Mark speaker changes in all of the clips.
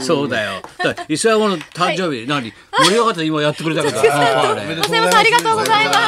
Speaker 1: そうだよ。だから磯山の誕生日、何盛り上がって今やってくれたから。あれ
Speaker 2: 松山さんありがとうございます。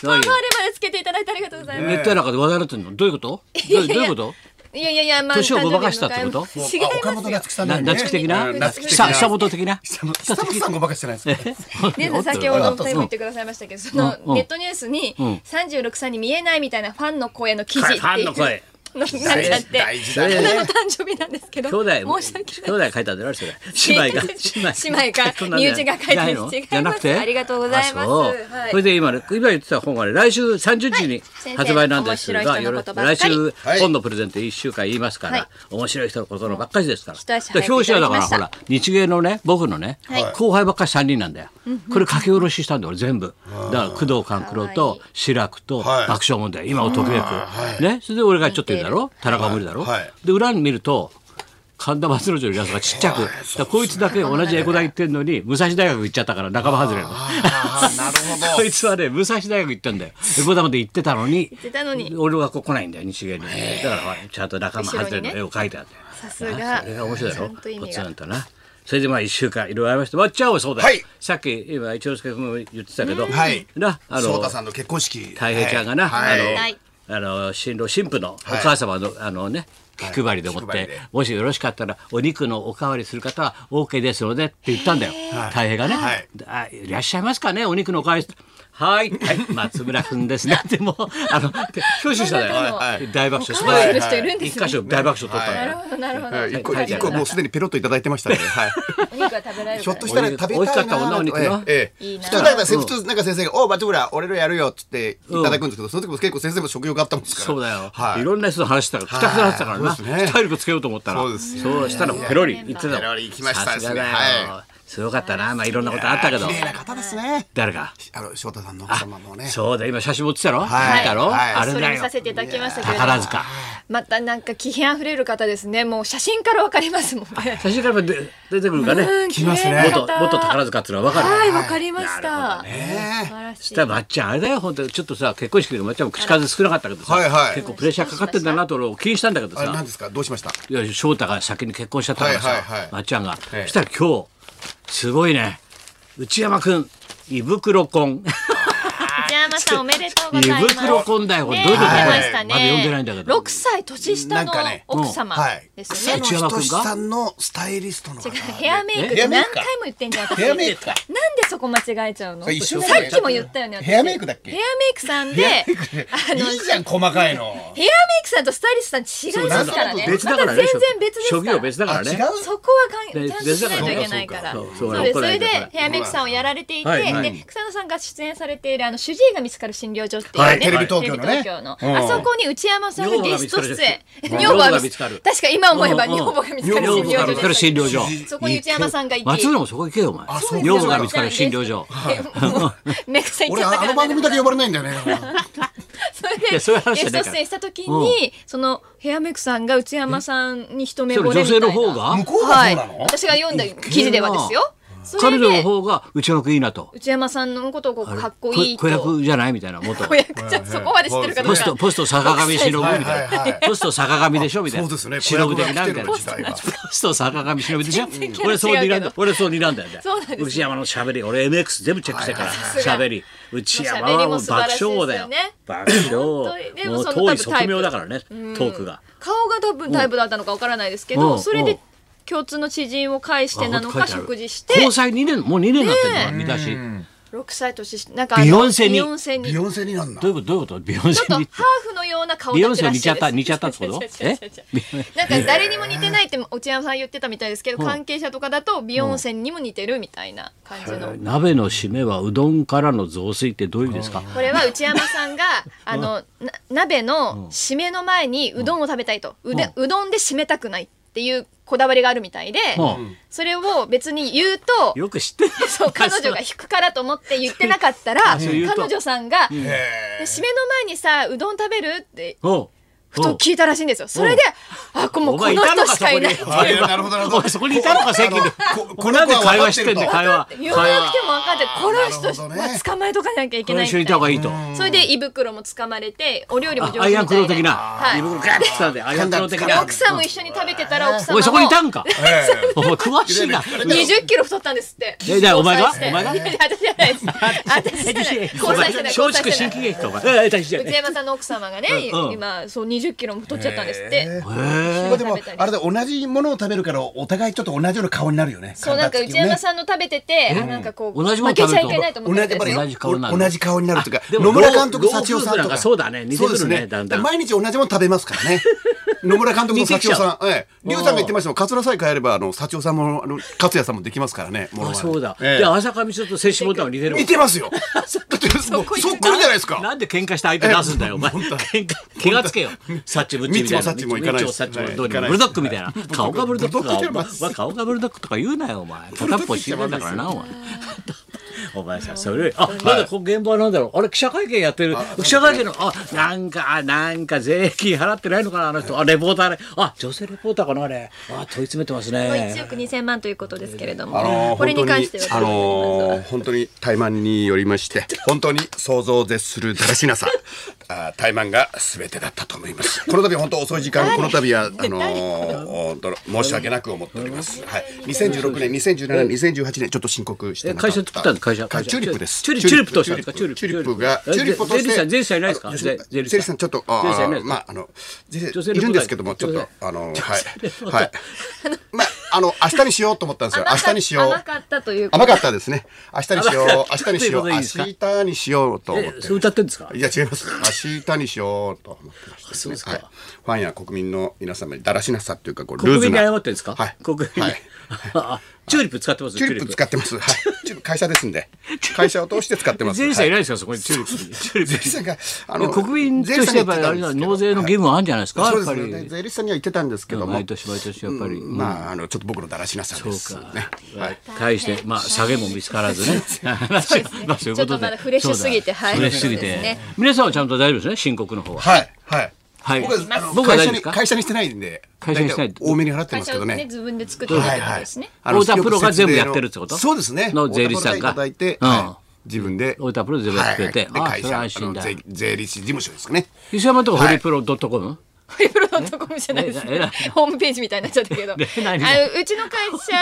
Speaker 2: ファ
Speaker 1: 何
Speaker 2: ンファーレまでつけていただいてありがとうございます。
Speaker 1: 熱帯の中で話題になってんのどういうことどうどういうこと
Speaker 2: いやいやいや、まあ
Speaker 1: 年をごまかしたってこと
Speaker 2: 誕生日迎え
Speaker 3: あ岡
Speaker 2: 違い
Speaker 3: 本
Speaker 2: ますよ
Speaker 3: 夏樹さん
Speaker 1: な
Speaker 3: の
Speaker 1: 夏樹的
Speaker 2: うん
Speaker 1: な
Speaker 2: 夏樹的
Speaker 1: さ
Speaker 2: な
Speaker 1: 久本的な
Speaker 3: 久本さんごまかしてない ですか
Speaker 2: ね、先ほどお二人も
Speaker 1: う
Speaker 2: 言
Speaker 1: ん
Speaker 2: ってくださいましたけど、その
Speaker 1: うん
Speaker 2: ネットニュースに
Speaker 1: ん
Speaker 2: 36歳に見えないみたいなファンの声の記事っていう
Speaker 1: ファンの声
Speaker 2: のになっちゃって、
Speaker 3: 大事
Speaker 1: だね
Speaker 2: ただの誕生日なんですけど、
Speaker 1: 兄弟
Speaker 2: 申し訳
Speaker 1: 兄
Speaker 2: ない。
Speaker 1: 弟書いたんだろそ れ 姉妹が
Speaker 2: 姉妹が
Speaker 1: そんなんじゃ
Speaker 2: 身内が書いてる
Speaker 1: ないの
Speaker 2: 違います
Speaker 1: じゃなくて
Speaker 2: ありがとうございます
Speaker 1: あそう
Speaker 2: はい
Speaker 1: それで今ね今言ってた本はね来週30時に
Speaker 2: 先生
Speaker 1: 発売なんですが
Speaker 2: 面白い人
Speaker 1: よ
Speaker 2: の
Speaker 1: ろ
Speaker 2: こ
Speaker 1: し
Speaker 2: と
Speaker 1: く
Speaker 2: ばっか
Speaker 1: 来
Speaker 2: り
Speaker 1: 週
Speaker 3: はい
Speaker 1: 本のプレゼント1週間言いますか
Speaker 2: は
Speaker 1: ら面白い人のことのばっかりですから
Speaker 2: 一足早く
Speaker 1: で表紙はだから
Speaker 2: いた
Speaker 1: ほ
Speaker 2: だ
Speaker 1: ら日芸のね僕のね
Speaker 2: はい
Speaker 1: 後輩ばっかり3人なんだよこれ書き下ろししたんだよ俺全部だから工藤官九郎
Speaker 2: かわい
Speaker 1: と志らくと
Speaker 3: はい
Speaker 1: 爆笑問題今をときめくねそれで俺がちょっと言うだろ田中もいるだろ
Speaker 3: はいはい
Speaker 1: で裏に見ると神田松之丞のやつがちっちゃくだからこいつだけ同じ英語大行ってんのに武蔵大学行っちゃったから仲間外れなの
Speaker 3: ああなるほ
Speaker 1: こいつはね武蔵大学行ったんだよエコダまで行ってたのに
Speaker 2: ってたのに、
Speaker 1: 俺の学校来ないんだよ日芸にだからほらちゃんと仲間外れの絵を描いてあるんだよ
Speaker 2: さすが、
Speaker 1: それが面白いだ
Speaker 2: ち
Speaker 1: ろ
Speaker 2: ゃんと意
Speaker 1: ポ
Speaker 2: 味
Speaker 1: ツ
Speaker 2: が
Speaker 1: ン。となそれでまあ一週間いろいろありましたまっちゃんはそうだよ、
Speaker 3: はい
Speaker 1: さっき今一之輔君も言ってたけど、
Speaker 3: はい
Speaker 1: なあ
Speaker 3: ど。
Speaker 1: の
Speaker 3: うたさんの結婚式。
Speaker 1: 太平ちゃんがな、
Speaker 3: はいはい
Speaker 2: はい
Speaker 1: あの、あの新郎新婦のお
Speaker 3: はい
Speaker 1: 母様の、あのね気配りでもって、
Speaker 3: 気配りで
Speaker 1: もしよろしかったらお肉のおかわりする方は OK ですのでって言ったんだよ太平がね、
Speaker 3: はい
Speaker 1: あいらっしゃいますかねお肉のおかわりはい、はい、松村君です ね。でも、あの、挙手しただよ。
Speaker 2: はい
Speaker 3: は
Speaker 1: 大爆笑。
Speaker 2: おかわりする
Speaker 1: そ
Speaker 2: 人
Speaker 1: こ
Speaker 2: いるんですね
Speaker 1: 一箇所大爆笑取ったんだよ。
Speaker 2: なるほど、なるほど。
Speaker 3: はい一個
Speaker 1: はい
Speaker 3: 一個もうすでにペロッといただいてました ね。はい。
Speaker 2: お肉は食べられる
Speaker 3: ひ
Speaker 2: か
Speaker 3: ょっ
Speaker 2: ら
Speaker 3: としたら食べたいな。
Speaker 1: 美味しかったもんなお肉な
Speaker 3: ええ。
Speaker 2: いい
Speaker 3: ええ
Speaker 2: な
Speaker 3: 普通なんかせ普通なんか先生がおう松村俺らやるよっつっていただくんですけど、その時も結構先生も食欲あったもんですから。
Speaker 1: そうだよ、、
Speaker 3: はいい。
Speaker 1: ろんな人の話してたからくたくた話してたからな、
Speaker 3: はいそうですね
Speaker 1: 体力つけようと思ったら
Speaker 3: そうですよ
Speaker 1: そうしたらペロリいってたの
Speaker 3: ペロリ行きました
Speaker 1: さ
Speaker 3: ですすね
Speaker 1: がだよ、
Speaker 3: は
Speaker 1: すごかったなまあいろんなことあったけど
Speaker 3: 綺麗な方ですね。
Speaker 1: 誰が
Speaker 3: あの翔太さんの奥様もね。
Speaker 1: そうだ今写真持ってたろ、
Speaker 3: はい
Speaker 1: 見たろ、
Speaker 3: はい
Speaker 1: あれ
Speaker 2: それ
Speaker 1: だ
Speaker 2: に
Speaker 1: よ
Speaker 2: させていただきましたけれども
Speaker 1: 宝塚
Speaker 2: またなんか気品あふれる方ですねもう写真からわかりますもんね
Speaker 1: 写真からも出出てくるかね
Speaker 2: うん
Speaker 3: 来ますね
Speaker 2: 綺麗な
Speaker 1: 元
Speaker 2: 方
Speaker 1: 元宝塚っていうのは分かる、
Speaker 2: はいわかりました
Speaker 1: なるほど
Speaker 3: ね
Speaker 2: 素晴らし
Speaker 1: し
Speaker 2: い
Speaker 1: たらまっちゃんあれだよ本当にちょっとさ結婚式でまっちゃんも口数少なかったけどさ、
Speaker 3: はいはい
Speaker 1: 結構プレッシャーかかってんだなと俺気にしたんだけど
Speaker 3: あれ
Speaker 1: さ
Speaker 3: 何ですかどうしました。
Speaker 1: いや翔太が先に結婚しちゃったからさ、
Speaker 3: はいはいはい
Speaker 1: まっちゃんが、
Speaker 3: ええ
Speaker 1: そしたら今日すごいね内山君胃袋婚
Speaker 2: 内山さんおめでとうご
Speaker 1: 胃
Speaker 2: ざいます
Speaker 1: 袋婚だよこれ、
Speaker 2: ね
Speaker 1: どういうこと
Speaker 2: 出
Speaker 1: だ
Speaker 2: て
Speaker 1: よ、
Speaker 2: ましたね
Speaker 1: まだ読んでないんだけど
Speaker 2: 6歳年下の
Speaker 3: なんかね
Speaker 2: 奥様
Speaker 3: はい。
Speaker 2: ですよね
Speaker 1: うん内山君が
Speaker 3: さんのスタイリストの方
Speaker 2: 違うヘアメイクっ
Speaker 3: ヘ
Speaker 2: て
Speaker 3: アメイ
Speaker 2: 何
Speaker 3: クか
Speaker 2: 回も言ってんじゃん私
Speaker 3: ヘアメイクか
Speaker 2: なんでそこ間違えちゃうのさ
Speaker 3: 一緒
Speaker 2: っ
Speaker 3: だよ
Speaker 2: きも言ったよね私
Speaker 3: ヘアメイクだっけ
Speaker 2: ヘアメイクさんであの
Speaker 3: いいじゃん細かいの。
Speaker 2: ヘアメイクさんとスタイリストさん違いますからね
Speaker 1: 別だからね
Speaker 2: また全然別ですから
Speaker 1: 職業別だからね
Speaker 3: あ違う
Speaker 2: そこはかん
Speaker 1: で
Speaker 2: ちゃんとしないといけないから。
Speaker 1: そ
Speaker 2: そうう
Speaker 1: か
Speaker 2: です。
Speaker 1: そうか怒
Speaker 2: そ
Speaker 1: られる
Speaker 2: れで
Speaker 1: から
Speaker 2: ヘアメイクさんをやられていて、
Speaker 1: はいはい
Speaker 2: で草野さんが出演されているあの主治医が見つかる診療所っていうね、
Speaker 3: はいテレビ東京のね
Speaker 2: テレビ東京の
Speaker 3: うん
Speaker 2: あそこに内山さんがゲスト出演。
Speaker 1: 女房が
Speaker 2: が
Speaker 1: 見
Speaker 2: 見
Speaker 1: つ
Speaker 2: つ
Speaker 1: か
Speaker 2: か
Speaker 1: る
Speaker 2: る。確か今思えば女房が見つかる
Speaker 1: 女
Speaker 2: 診
Speaker 1: 房が見つか
Speaker 2: 療
Speaker 1: る
Speaker 2: 所
Speaker 1: 診療所
Speaker 2: そこに内山さんがいて。
Speaker 1: 松浦もそこ行けよお前
Speaker 3: そう
Speaker 1: 女房が見つかる診療所
Speaker 2: めくさん行っ
Speaker 3: 俺
Speaker 2: ちゃった
Speaker 3: あ
Speaker 2: から
Speaker 3: の番組だけ呼ばれないんだよね。
Speaker 2: それ
Speaker 1: や
Speaker 2: で
Speaker 1: そういう話じゃ
Speaker 2: ゲ
Speaker 1: ない
Speaker 2: スト
Speaker 1: から
Speaker 2: 出演した時に、そのヘアメイクさんが内山さんに一目惚
Speaker 1: そ
Speaker 2: れみ
Speaker 1: れ
Speaker 2: た
Speaker 1: 女
Speaker 2: いな
Speaker 1: 性の方が
Speaker 3: 向こうが
Speaker 2: は
Speaker 3: そう
Speaker 2: い
Speaker 3: なの、
Speaker 2: 私が読んだ記事ではですよそ
Speaker 1: 彼
Speaker 2: れ
Speaker 1: 女の
Speaker 2: で
Speaker 1: 方が内山君いいなと
Speaker 2: 内山さんのことをこうかっこいいと
Speaker 1: 子役じゃないみたいな元
Speaker 2: 子役じゃそこまで知ってるかど
Speaker 1: ポ
Speaker 2: う
Speaker 1: スト
Speaker 2: か
Speaker 1: ポスト坂上忍みたいな、
Speaker 3: はいはいはい
Speaker 1: ポスト坂上でしょみたいな
Speaker 3: そうですね
Speaker 1: 忍的なみたいな
Speaker 3: 子役が来てる時代は
Speaker 1: ポスト坂上忍でしょ
Speaker 2: 全然キャラ違うけど
Speaker 1: 俺そう睨んだ俺そう睨んだよね
Speaker 2: そうなんですよ
Speaker 1: 内山の喋り俺 MX 全部チェックしてから
Speaker 2: さすが
Speaker 1: 喋り内山はもう爆笑だよ爆
Speaker 2: 本当に
Speaker 1: 笑
Speaker 2: で
Speaker 1: も
Speaker 2: も
Speaker 1: う
Speaker 2: その
Speaker 1: 遠い
Speaker 2: 多分タ
Speaker 1: 側
Speaker 2: イプ
Speaker 1: 面だからねトークが
Speaker 2: 顔が多分タイプだったのかわからないですけ
Speaker 1: う
Speaker 2: ど
Speaker 1: ん
Speaker 2: それ
Speaker 1: うん
Speaker 2: で共通の知人を介してなの
Speaker 1: あ書い
Speaker 2: か
Speaker 1: てある
Speaker 2: 食事して
Speaker 1: 交際2年もう2年になってんだから見出し
Speaker 2: 6歳年下なんかあの
Speaker 1: ビヨンセに
Speaker 2: ビヨンセに
Speaker 3: ビ
Speaker 2: ちょ
Speaker 3: ヨンセになんだ
Speaker 1: どう。いうことどういうことビヨンセ
Speaker 2: っとハ
Speaker 1: に
Speaker 2: ーフのような顔
Speaker 1: ビヨン
Speaker 2: 立ち
Speaker 1: セ
Speaker 2: らし
Speaker 1: 似
Speaker 2: い
Speaker 1: ちゃ
Speaker 2: で
Speaker 1: った
Speaker 2: す
Speaker 1: 似ちゃったってことえ
Speaker 2: なんか誰にも似てないって内山さん言ってたみたいですけど関係者とかだとビヨンセにも似てるみたいな感じの
Speaker 1: 鍋の締めはうどんからの雑炊ってどういう意味ですか
Speaker 2: これは内山さんがあのな鍋の締めの前にうどんを食べたいとうでうどんで締めたくないっていうこだわりがあるみたいで
Speaker 1: うん
Speaker 2: それを別に言うと
Speaker 1: よく知ってる
Speaker 2: そう彼女が引くからと思って言ってなかったら
Speaker 1: そう言うと
Speaker 2: 彼女さんが「で
Speaker 3: へえ
Speaker 2: 締めの前にさうどん食べる?」って
Speaker 1: おう
Speaker 2: ふと聞いたらしいんですよそれであこもうこの人しかいないって
Speaker 1: お
Speaker 2: いう
Speaker 1: 前いたのか
Speaker 3: なるほどなるほど
Speaker 1: お前そこにいたのか、正規で
Speaker 3: あのこ。
Speaker 1: こんなんで会話してんだよ、
Speaker 3: この子は
Speaker 1: 会話。
Speaker 2: 言
Speaker 1: 会
Speaker 2: わな
Speaker 1: 話
Speaker 2: く。ても分かってこの人
Speaker 3: なるほどね
Speaker 2: は捕まえとかなきゃい
Speaker 1: こ
Speaker 2: けな
Speaker 1: れ
Speaker 2: い
Speaker 1: 一緒に
Speaker 2: み
Speaker 1: い
Speaker 2: た
Speaker 1: た
Speaker 2: い
Speaker 1: 方が
Speaker 2: ない
Speaker 1: いと。
Speaker 2: それで胃袋も掴まれてお料理も
Speaker 1: あ
Speaker 2: 上手
Speaker 1: ア
Speaker 2: みたい
Speaker 1: イ
Speaker 2: で
Speaker 1: アンクロー的
Speaker 2: は
Speaker 1: な。
Speaker 2: い
Speaker 1: 胃袋ガッてしたんで、アイアンクロー的
Speaker 2: で
Speaker 1: な。
Speaker 2: 奥さんも一緒に食べてたら奥さん
Speaker 1: お
Speaker 2: も
Speaker 1: い、そこにいたんか。
Speaker 3: ええ
Speaker 1: お前詳しいな。
Speaker 2: 二十キロ太ったんですって。
Speaker 1: えじゃあお前が
Speaker 2: 交際して
Speaker 1: お前が
Speaker 2: いやいや私じゃないです。私じゃない。
Speaker 1: え
Speaker 2: 交際してない。
Speaker 1: 松
Speaker 2: 交際
Speaker 1: 竹
Speaker 2: し
Speaker 1: 新
Speaker 2: てない。
Speaker 1: 喜劇か、お前。ええ、大して
Speaker 2: 内山さんの奥様がね、
Speaker 1: うんうん
Speaker 2: 今そう二十キロも太っちゃったんですって。
Speaker 3: ええ
Speaker 1: え
Speaker 3: まあでもあれだ同じものを食べるからお互いちょっと同じような顔になるよね
Speaker 2: そうなんか
Speaker 3: 体つ
Speaker 2: 内
Speaker 3: きをね
Speaker 2: 山さんの食べてて、あなんかこう
Speaker 1: 同じも
Speaker 2: 負
Speaker 1: の食べ
Speaker 2: け
Speaker 1: ると
Speaker 2: ちゃいけないと思
Speaker 3: 同
Speaker 2: って
Speaker 3: じやった
Speaker 2: ん
Speaker 3: ぱ
Speaker 2: で
Speaker 3: り
Speaker 2: す
Speaker 1: 同
Speaker 2: よ。
Speaker 1: じ顔になる
Speaker 3: お同じ顔になるというか
Speaker 1: あでも
Speaker 3: 野村監督
Speaker 1: 老
Speaker 3: 幸
Speaker 1: 老夫
Speaker 3: 男さん
Speaker 1: 婦なん
Speaker 3: と
Speaker 1: か
Speaker 3: か
Speaker 1: そうだね似てくるね
Speaker 3: そうです
Speaker 1: だんだん
Speaker 3: 毎日同じもの食べますから ね野村監督と幸男さんええ
Speaker 1: ちゃう
Speaker 3: 龍さんが言ってましたもんカツラさえ変えればあの幸男さんもあの勝也さんもできますからねもの
Speaker 1: あ、
Speaker 3: まね
Speaker 1: そうだ。
Speaker 3: ええ
Speaker 1: で、朝上ちょっと接種ボタンを似てるわ
Speaker 3: 似。てますよだってもう
Speaker 2: こ行く
Speaker 3: そっくりじゃないですか
Speaker 1: なんで喧嘩した相手出すんだよ、お前。喧嘩、気がつけよ。サッチムッチみたいな。
Speaker 3: ミッチもサッチも行かな
Speaker 1: ミッ
Speaker 3: い
Speaker 1: チもサッチも
Speaker 3: はい
Speaker 1: どうに
Speaker 3: 行か
Speaker 1: も
Speaker 3: ない
Speaker 1: ブルドッグみたいな。顔がブルドッグか。
Speaker 3: ブ
Speaker 1: お
Speaker 3: ルドッグ
Speaker 1: 前
Speaker 3: 行け
Speaker 1: 顔がブルドッグとか言うなよ、お前。片っぽ死んでんだからな、お前。 お前さ、それより、あ、なんだ、ここ現場はなんだろう。あれ、記者会見やってる。記者会見の、あ、なんか、あなんか税金払ってないのかな、あの人。あ、レポーターね。あ、女性レポーターかな、あれ。あ、問い詰めてます
Speaker 2: 一
Speaker 1: ね。
Speaker 2: 億二千万ということですけれども、
Speaker 3: あのー
Speaker 2: これに関しては
Speaker 3: 本当に、あのー本当に怠慢により まして、本当に想像を絶するだらしなさ、あー怠慢が全てだったと思います。この度は本当遅い時間、この 度は、あのー本当申し訳なく思っております。はい。2016年、2017年、2018年、ちょっと申告して
Speaker 1: え
Speaker 3: なかっ
Speaker 1: 会
Speaker 3: た
Speaker 1: 社作ったんです会社。会社
Speaker 3: チューリップです。
Speaker 1: チューリップチューリップとしたんですかチ
Speaker 3: チ
Speaker 1: ュ
Speaker 3: ュ
Speaker 1: ー
Speaker 3: ー
Speaker 1: リ
Speaker 3: リ
Speaker 1: ッ
Speaker 3: ッ
Speaker 1: プ
Speaker 3: プ。チュ
Speaker 1: え
Speaker 3: ーリップが、チューリップとして。
Speaker 1: ゼリーさんゼリーさんいないですか
Speaker 3: あ
Speaker 1: ゼゼ
Speaker 3: ゼ
Speaker 1: リーさん
Speaker 3: リーさん、ちょっと、あ
Speaker 1: ゼリーさんいないです
Speaker 3: ー
Speaker 1: か
Speaker 3: まあ、あの、ゼ
Speaker 1: 女
Speaker 3: リ
Speaker 1: 性
Speaker 3: ー
Speaker 1: レポーター
Speaker 3: いるんですけども、ちょっ
Speaker 1: 女
Speaker 3: と
Speaker 1: 性、
Speaker 3: あのー、
Speaker 1: レポーター
Speaker 3: はい。はい。まあ、あの、明日にしようと思ったんですよ。明日にしよう。
Speaker 2: 甘かったということ
Speaker 3: 甘かったですね。明日にしよう。
Speaker 1: 甘か
Speaker 3: 明
Speaker 1: った
Speaker 3: 日にしよう。
Speaker 1: ということでいいです
Speaker 3: 明
Speaker 1: か
Speaker 3: 日にしようと思っ
Speaker 1: え、
Speaker 3: て
Speaker 1: そう。歌ってんですか
Speaker 3: いや違います。明日にしようと思ってました、ね。
Speaker 1: そうですか
Speaker 3: はい。ファンや国民の皆様にだらしなさっていうか、こう
Speaker 1: 国
Speaker 3: ルーズ
Speaker 1: 民に
Speaker 3: な。
Speaker 1: 謝ってんですか
Speaker 3: はい。
Speaker 1: 国民に
Speaker 3: はい。
Speaker 1: あチューリップ使ってます
Speaker 3: チューリップ使ってます。はい。チューリップ会社です んで、会社を通して使ってます。
Speaker 1: ゼリーさんいないで
Speaker 3: い。
Speaker 1: すかそこにチューリップに。チューリ
Speaker 3: ゼ
Speaker 1: ッ
Speaker 3: リーさんが、あ
Speaker 1: プ。国民と
Speaker 3: ゼリ
Speaker 1: し
Speaker 3: ーさん
Speaker 1: てや
Speaker 3: が
Speaker 1: っ
Speaker 3: 言
Speaker 1: ぱ
Speaker 3: て
Speaker 1: り
Speaker 3: た
Speaker 1: あれだ
Speaker 3: んですけど
Speaker 1: 納税の義務はあるんじゃないですか
Speaker 3: そ
Speaker 1: や
Speaker 3: う
Speaker 1: っ
Speaker 3: で
Speaker 1: ぱ
Speaker 3: すね。
Speaker 1: り。
Speaker 3: 税理士さんには言ってたんですけども、
Speaker 1: 毎年毎年やっぱり。うん
Speaker 3: まああのちょっと僕のだらしなさです、
Speaker 1: そ
Speaker 3: ね
Speaker 1: う。か
Speaker 3: はい。
Speaker 1: 対して、まあ、下げも見つからずね。話まあ、そういうこと
Speaker 2: ちょっとま
Speaker 1: で。
Speaker 2: だフレッシュすぎて
Speaker 1: そうだ
Speaker 2: はい
Speaker 1: フレッシュすぎ
Speaker 2: そうです
Speaker 1: て
Speaker 2: ね。
Speaker 1: 皆さんはちゃんと大丈夫ですね、申告の方は。
Speaker 3: はい。はい。
Speaker 1: はい
Speaker 3: 僕はあの
Speaker 1: 僕は
Speaker 3: 会
Speaker 1: 大丈夫です
Speaker 3: 社に
Speaker 1: か
Speaker 3: 会社にしてないんで、
Speaker 1: 会社にしてない
Speaker 3: 大体多めに払ってま
Speaker 2: 会
Speaker 3: す
Speaker 2: 社
Speaker 3: け
Speaker 2: を
Speaker 3: ど
Speaker 2: ね
Speaker 3: ね。
Speaker 2: 自分で作ってるってことですね。
Speaker 3: あの
Speaker 1: 太田プロが全部やってるってこと
Speaker 3: そうですね。
Speaker 1: の税理士さんが
Speaker 3: 太田プロいただいて、
Speaker 1: うん
Speaker 3: はい自分で。
Speaker 1: 太田プロで全部やってて
Speaker 3: はいはい
Speaker 1: あそ
Speaker 3: で会社
Speaker 1: れは安心
Speaker 3: あ
Speaker 1: だ
Speaker 3: の税税理士事務所ですかね。
Speaker 1: 石山のとこ、ホリプロドットコム
Speaker 2: ホリプロのとこもじゃないです
Speaker 1: ええ
Speaker 2: ね
Speaker 1: らい。
Speaker 2: ホームページみたいになっちゃったけど。あの
Speaker 1: ね何
Speaker 2: うちの会社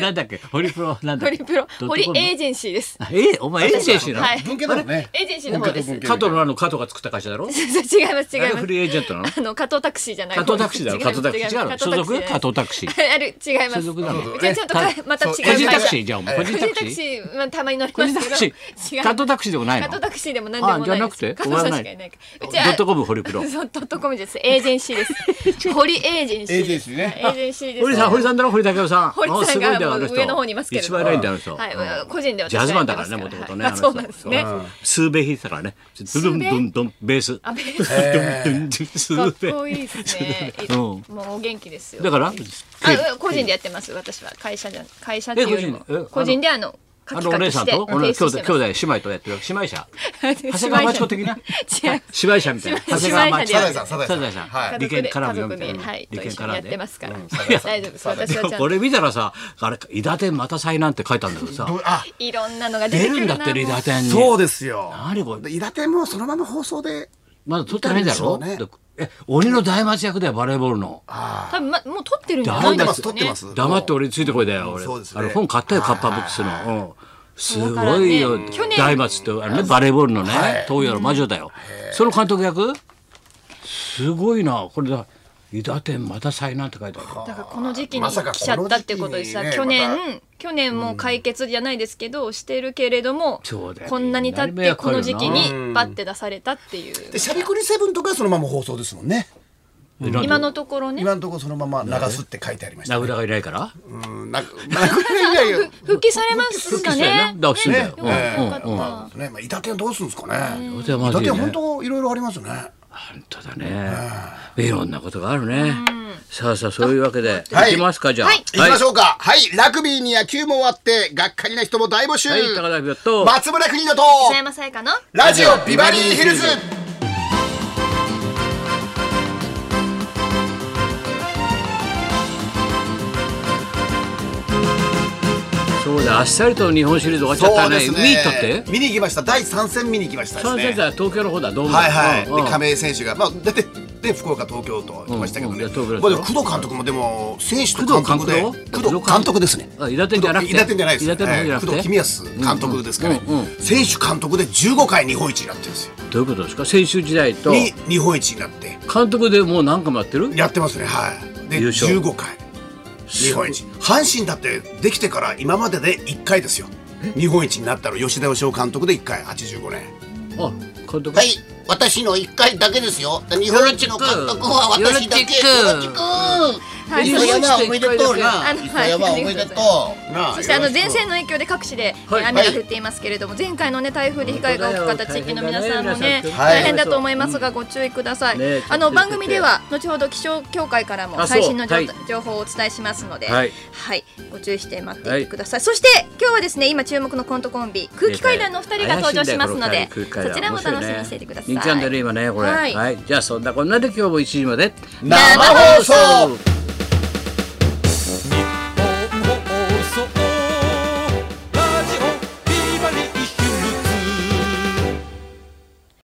Speaker 1: なんだっけホリプロ、なんだ
Speaker 2: ホ
Speaker 1: っけ
Speaker 2: リプロ
Speaker 1: ドットコム
Speaker 2: ホリエージェンシーです。
Speaker 1: あええお前エージェンシーなの、
Speaker 2: はい
Speaker 3: 文系なのね。
Speaker 2: エージェンシーの方です
Speaker 3: 文系
Speaker 1: 加
Speaker 3: 文系
Speaker 1: 藤のあの加藤が作った会社だろ
Speaker 2: 違います違います。
Speaker 1: あれフリーエージェントなの
Speaker 2: あの加藤タクシーじゃない。
Speaker 1: 加藤タクシーだろ
Speaker 2: 違いま
Speaker 1: 加
Speaker 2: す
Speaker 1: 藤タクシー
Speaker 2: い
Speaker 1: 違うの
Speaker 2: ます
Speaker 1: 所属
Speaker 2: じゃない
Speaker 1: 加藤タクシー
Speaker 2: あれ違います。
Speaker 1: 所属なの
Speaker 2: うちはちょっとか
Speaker 1: え
Speaker 2: また違う
Speaker 3: そ
Speaker 1: 個
Speaker 3: う
Speaker 2: 会
Speaker 1: 人
Speaker 2: 社。
Speaker 1: タクシーじゃあお前個
Speaker 2: 個
Speaker 1: 人
Speaker 2: 人
Speaker 1: タ
Speaker 2: タ
Speaker 1: ク
Speaker 2: ク
Speaker 1: シー
Speaker 2: シーまあたまに乗り
Speaker 1: 個
Speaker 2: ます
Speaker 1: 人
Speaker 2: け
Speaker 1: タ
Speaker 2: ど。
Speaker 1: クシ
Speaker 2: 違
Speaker 1: ー
Speaker 2: う
Speaker 1: 加藤タクシーでもないの
Speaker 2: 加藤タクシーでも何で
Speaker 1: あ
Speaker 2: も
Speaker 1: じゃ
Speaker 2: ない
Speaker 1: な
Speaker 2: で
Speaker 1: く
Speaker 2: す。
Speaker 1: て
Speaker 2: 加藤さんしかいないから。うちは
Speaker 1: ドットコムホリプロ
Speaker 2: そうドットコムです。エージェンシー です。ホリエージェンシー。
Speaker 3: エージェンシーね
Speaker 2: エージェンシーです。
Speaker 1: 堀さん堀さんだろ堀武雄さん
Speaker 2: 堀
Speaker 1: あ
Speaker 2: さ
Speaker 1: す
Speaker 2: ん
Speaker 1: ごいんだよ
Speaker 2: が
Speaker 1: あの
Speaker 2: もう
Speaker 1: 人
Speaker 2: 上の方にいますけれど
Speaker 1: 一番偉いんだよあの人、
Speaker 2: はい
Speaker 1: うん
Speaker 2: 個人で私
Speaker 1: ジ
Speaker 2: は
Speaker 1: ャズマンだ
Speaker 2: や
Speaker 1: か
Speaker 2: っ
Speaker 1: ら
Speaker 2: て
Speaker 1: ね
Speaker 2: ま
Speaker 1: も
Speaker 2: す
Speaker 1: と
Speaker 2: から
Speaker 1: もとねあの
Speaker 2: はいあ
Speaker 1: 人
Speaker 2: そうなんですね
Speaker 1: うんスーベ弾いてたからねドゥドゥンドゥンドゥンベース
Speaker 2: あベ
Speaker 1: ドゥン
Speaker 3: えー
Speaker 1: ドゥンドゥンス
Speaker 2: かっ
Speaker 1: ーベ
Speaker 2: こいいですね
Speaker 1: 。うん
Speaker 2: もうお元気ですよ。
Speaker 1: だから
Speaker 2: あ、個人でやってます。私は会社じゃ会社っていうよりも
Speaker 1: え個人でえ
Speaker 2: 個人であのカ
Speaker 1: あ
Speaker 2: キ
Speaker 1: のお
Speaker 2: カ
Speaker 1: 姉
Speaker 2: キ
Speaker 1: さ
Speaker 2: し
Speaker 1: ん
Speaker 2: て
Speaker 1: とお姉兄
Speaker 2: 提出し
Speaker 1: 弟兄
Speaker 2: て
Speaker 1: 弟姉妹とやってる姉妹社
Speaker 2: ます。
Speaker 1: 長谷川町子的な
Speaker 2: 違う。
Speaker 1: 芝居者みたいな。
Speaker 2: 芝
Speaker 1: 長
Speaker 2: 居
Speaker 1: 谷川町子
Speaker 2: 芝居者で
Speaker 3: サザエさん
Speaker 1: サザエさん。
Speaker 3: はい
Speaker 1: 利権絡むよみたい
Speaker 2: 家族
Speaker 1: な。
Speaker 2: ではい
Speaker 1: 利権絡ん
Speaker 2: と一緒にや
Speaker 1: で
Speaker 2: ってますから
Speaker 1: うんいや
Speaker 2: 大丈夫です 私はちゃんと
Speaker 1: これ見たらさ、あれ、伊達天また災難って書いたんだけどさ、
Speaker 3: どうあ、
Speaker 2: いろんなのが出て
Speaker 1: 出
Speaker 2: く
Speaker 1: る
Speaker 2: る
Speaker 1: ん
Speaker 2: な。
Speaker 1: だって、伊達天に。
Speaker 3: そうですよ。
Speaker 1: 何これ
Speaker 3: で伊達もそのまま放送で。
Speaker 1: まだ撮ってないだろ
Speaker 3: 出たんでしょう
Speaker 1: え、鬼の大松役だよ、バレーボールの。
Speaker 2: 多分まもう撮ってるんじゃない
Speaker 1: 撮って
Speaker 2: で
Speaker 1: ますす
Speaker 2: かね。
Speaker 3: 撮ってます
Speaker 1: 黙って俺についてこいだよ、俺。
Speaker 3: そうですね
Speaker 1: あの本買ったよ、カッパーブックスの。うんす
Speaker 2: だから
Speaker 1: ご
Speaker 2: ね
Speaker 1: いよ
Speaker 2: 去、年
Speaker 1: 大松って、あのね、バレーボールのね、東洋の魔女だよ。その監督役すごいな、これだ。伊達天また災難って書いてある。
Speaker 2: だからこの時期に
Speaker 3: まさかこの
Speaker 2: 来ちゃったってことでさ、
Speaker 3: 時期
Speaker 2: 去
Speaker 3: にね
Speaker 2: 年、去年もう解決じゃないですけど、してるけれども、
Speaker 1: そうだよね
Speaker 2: こんなに経
Speaker 1: な
Speaker 2: っ
Speaker 1: る
Speaker 2: て
Speaker 1: べく
Speaker 2: こ
Speaker 1: わかるよ
Speaker 2: の
Speaker 1: な
Speaker 2: 時期にバッて出されたっていう
Speaker 3: で、しゃべくりセブンとかはそのまま放送ですもんね。
Speaker 2: 今のところね
Speaker 3: 今のところそのまま流すって書いてありました。
Speaker 1: 名札がいないから
Speaker 3: うん、な、なくないないよ。
Speaker 2: 復帰されます
Speaker 1: 復帰
Speaker 2: かね。
Speaker 1: したよなだから死んだよ
Speaker 2: ねよかったよ
Speaker 1: うん
Speaker 2: かっ
Speaker 3: ね、まあ、伊達はどうするんですかね。
Speaker 1: 伊達はま
Speaker 3: 伊
Speaker 1: ずいね
Speaker 3: 達は本当いろいろありますよね。
Speaker 1: 本当だねいろんなことがあるねさあさあそういうわけで
Speaker 3: はい
Speaker 1: いきますかじゃあ
Speaker 2: はい
Speaker 3: 行きましょうか。はい、ラグビーに野球も終わって、がっかりな人も大募集。
Speaker 1: はい高田美と
Speaker 3: 松村邦乃と、
Speaker 2: た。磯山さやかの
Speaker 3: ラジオビバリーヒルズ。
Speaker 1: そうだあっさりと日本シリーズ終わっちゃったね見に行ったって
Speaker 3: 見に行きました第3戦見に行きましたです
Speaker 1: 三
Speaker 3: ね
Speaker 1: 戦から東京の方だどうも
Speaker 3: はいはい、
Speaker 1: うんうん
Speaker 3: で亀井選手が、まあ、だってで福岡、東京と行きましたけどね、
Speaker 1: うんうんいや東京です
Speaker 3: まあ、
Speaker 1: よ
Speaker 3: でも工藤監督もでも選手と監督で
Speaker 1: 工藤監督
Speaker 3: 工藤監督ですね
Speaker 1: あ伊達じゃなくて
Speaker 3: 伊達じゃないです
Speaker 1: 伊達の方じゃなくて
Speaker 3: 工藤公康監督ですからね、
Speaker 1: うんうんうんうん
Speaker 3: 選手監督で15回日本一になってるんですよ
Speaker 1: どういうことですか選手時代と
Speaker 3: に日本一になって
Speaker 1: 監督でもう何回もやってる
Speaker 3: やってますねはいで
Speaker 1: 優勝
Speaker 3: 15回日本一阪神だってできてから今までで1回ですよ日本一になったの吉田義雄監督で1回85年
Speaker 1: あ監督
Speaker 4: はい、私の一回だけですよ。日本一の監督は私だけ。
Speaker 1: よろしく
Speaker 4: よ
Speaker 2: はい
Speaker 4: ろしく磯山おめでとうな。
Speaker 2: あの
Speaker 4: 磯
Speaker 2: はい
Speaker 4: 山おめでとう。
Speaker 3: なあ
Speaker 2: そしてあの
Speaker 3: よろし
Speaker 2: 前
Speaker 3: く
Speaker 2: 線の影響で各地でえ
Speaker 1: はい
Speaker 2: ー雨が降っていますけれども、前回のね台風で被害が大きかった地域の皆さんも
Speaker 1: 本
Speaker 2: ね
Speaker 1: 当だよ大変だね
Speaker 2: 大変だと思いますがご注意ください
Speaker 1: ね。
Speaker 2: あの
Speaker 1: 気をつけて
Speaker 2: 番組では後ほど気象協会からも
Speaker 1: あそう
Speaker 2: 最新の情
Speaker 1: はい
Speaker 2: 情報をお伝えしますので、
Speaker 1: はい
Speaker 2: はい、ご注意して待っていてください。そして今日はですね今注目のコントコンビ空気階段のお二人が登場しますので、そちらも楽しみにしていてください。
Speaker 1: 人気あんだね今ねこれ
Speaker 2: はい
Speaker 1: はいじゃあそんなこんなで今日も1時まで
Speaker 3: 生放送